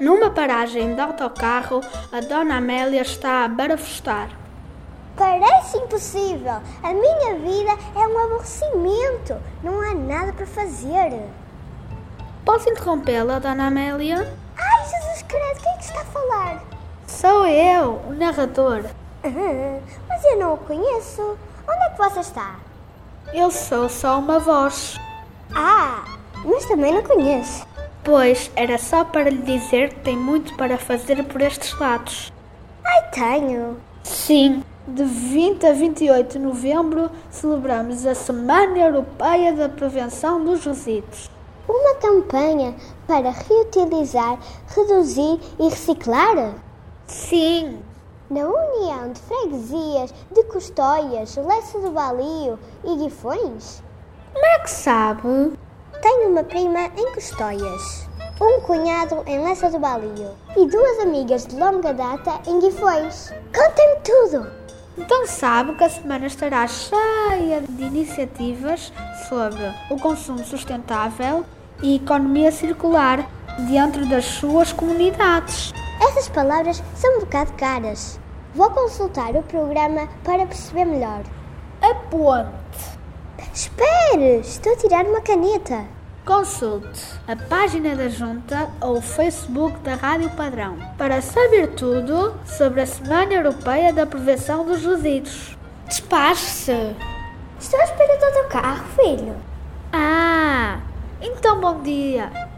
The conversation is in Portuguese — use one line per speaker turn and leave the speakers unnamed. Numa paragem de autocarro, a Dona Amélia está a barafustar.
Parece impossível. A minha vida é um aborrecimento. Não há nada para fazer.
Posso interrompê-la, Dona Amélia?
Ai, Jesus Credo, quem é que está a falar?
Sou eu, o narrador.
Ah, mas eu não o conheço. Onde é que você está?
Eu sou só uma voz.
Ah, mas também não conheço.
Pois era só para lhe dizer que tem muito para fazer por estes lados.
Ai, tenho.
Sim, de 20 a 28 de novembro celebramos a Semana Europeia da Prevenção dos Resíduos.
Uma campanha para reutilizar, reduzir e reciclar.
Sim,
Na União de Freguesias de Custóias, Leça do Balio e Guifões,
como é que sabe?
tenho uma prima em Custóias, um cunhado em Leça do Balio e duas amigas de longa data em Guifões. Contem-me tudo!
Então sabe que a semana estará cheia de iniciativas sobre o consumo sustentável e economia circular dentro das suas comunidades.
Essas palavras são um bocado caras. Vou consultar o programa para perceber melhor.
Aponte.
Espere! Estou a tirar uma caneta.
Consulte a página da Junta ou o Facebook da Rádio Padrão para saber tudo sobre a Semana Europeia da Prevenção dos Resíduos. Despache-se!
Estou à espera do teu carro, filho.
Ah, então bom dia!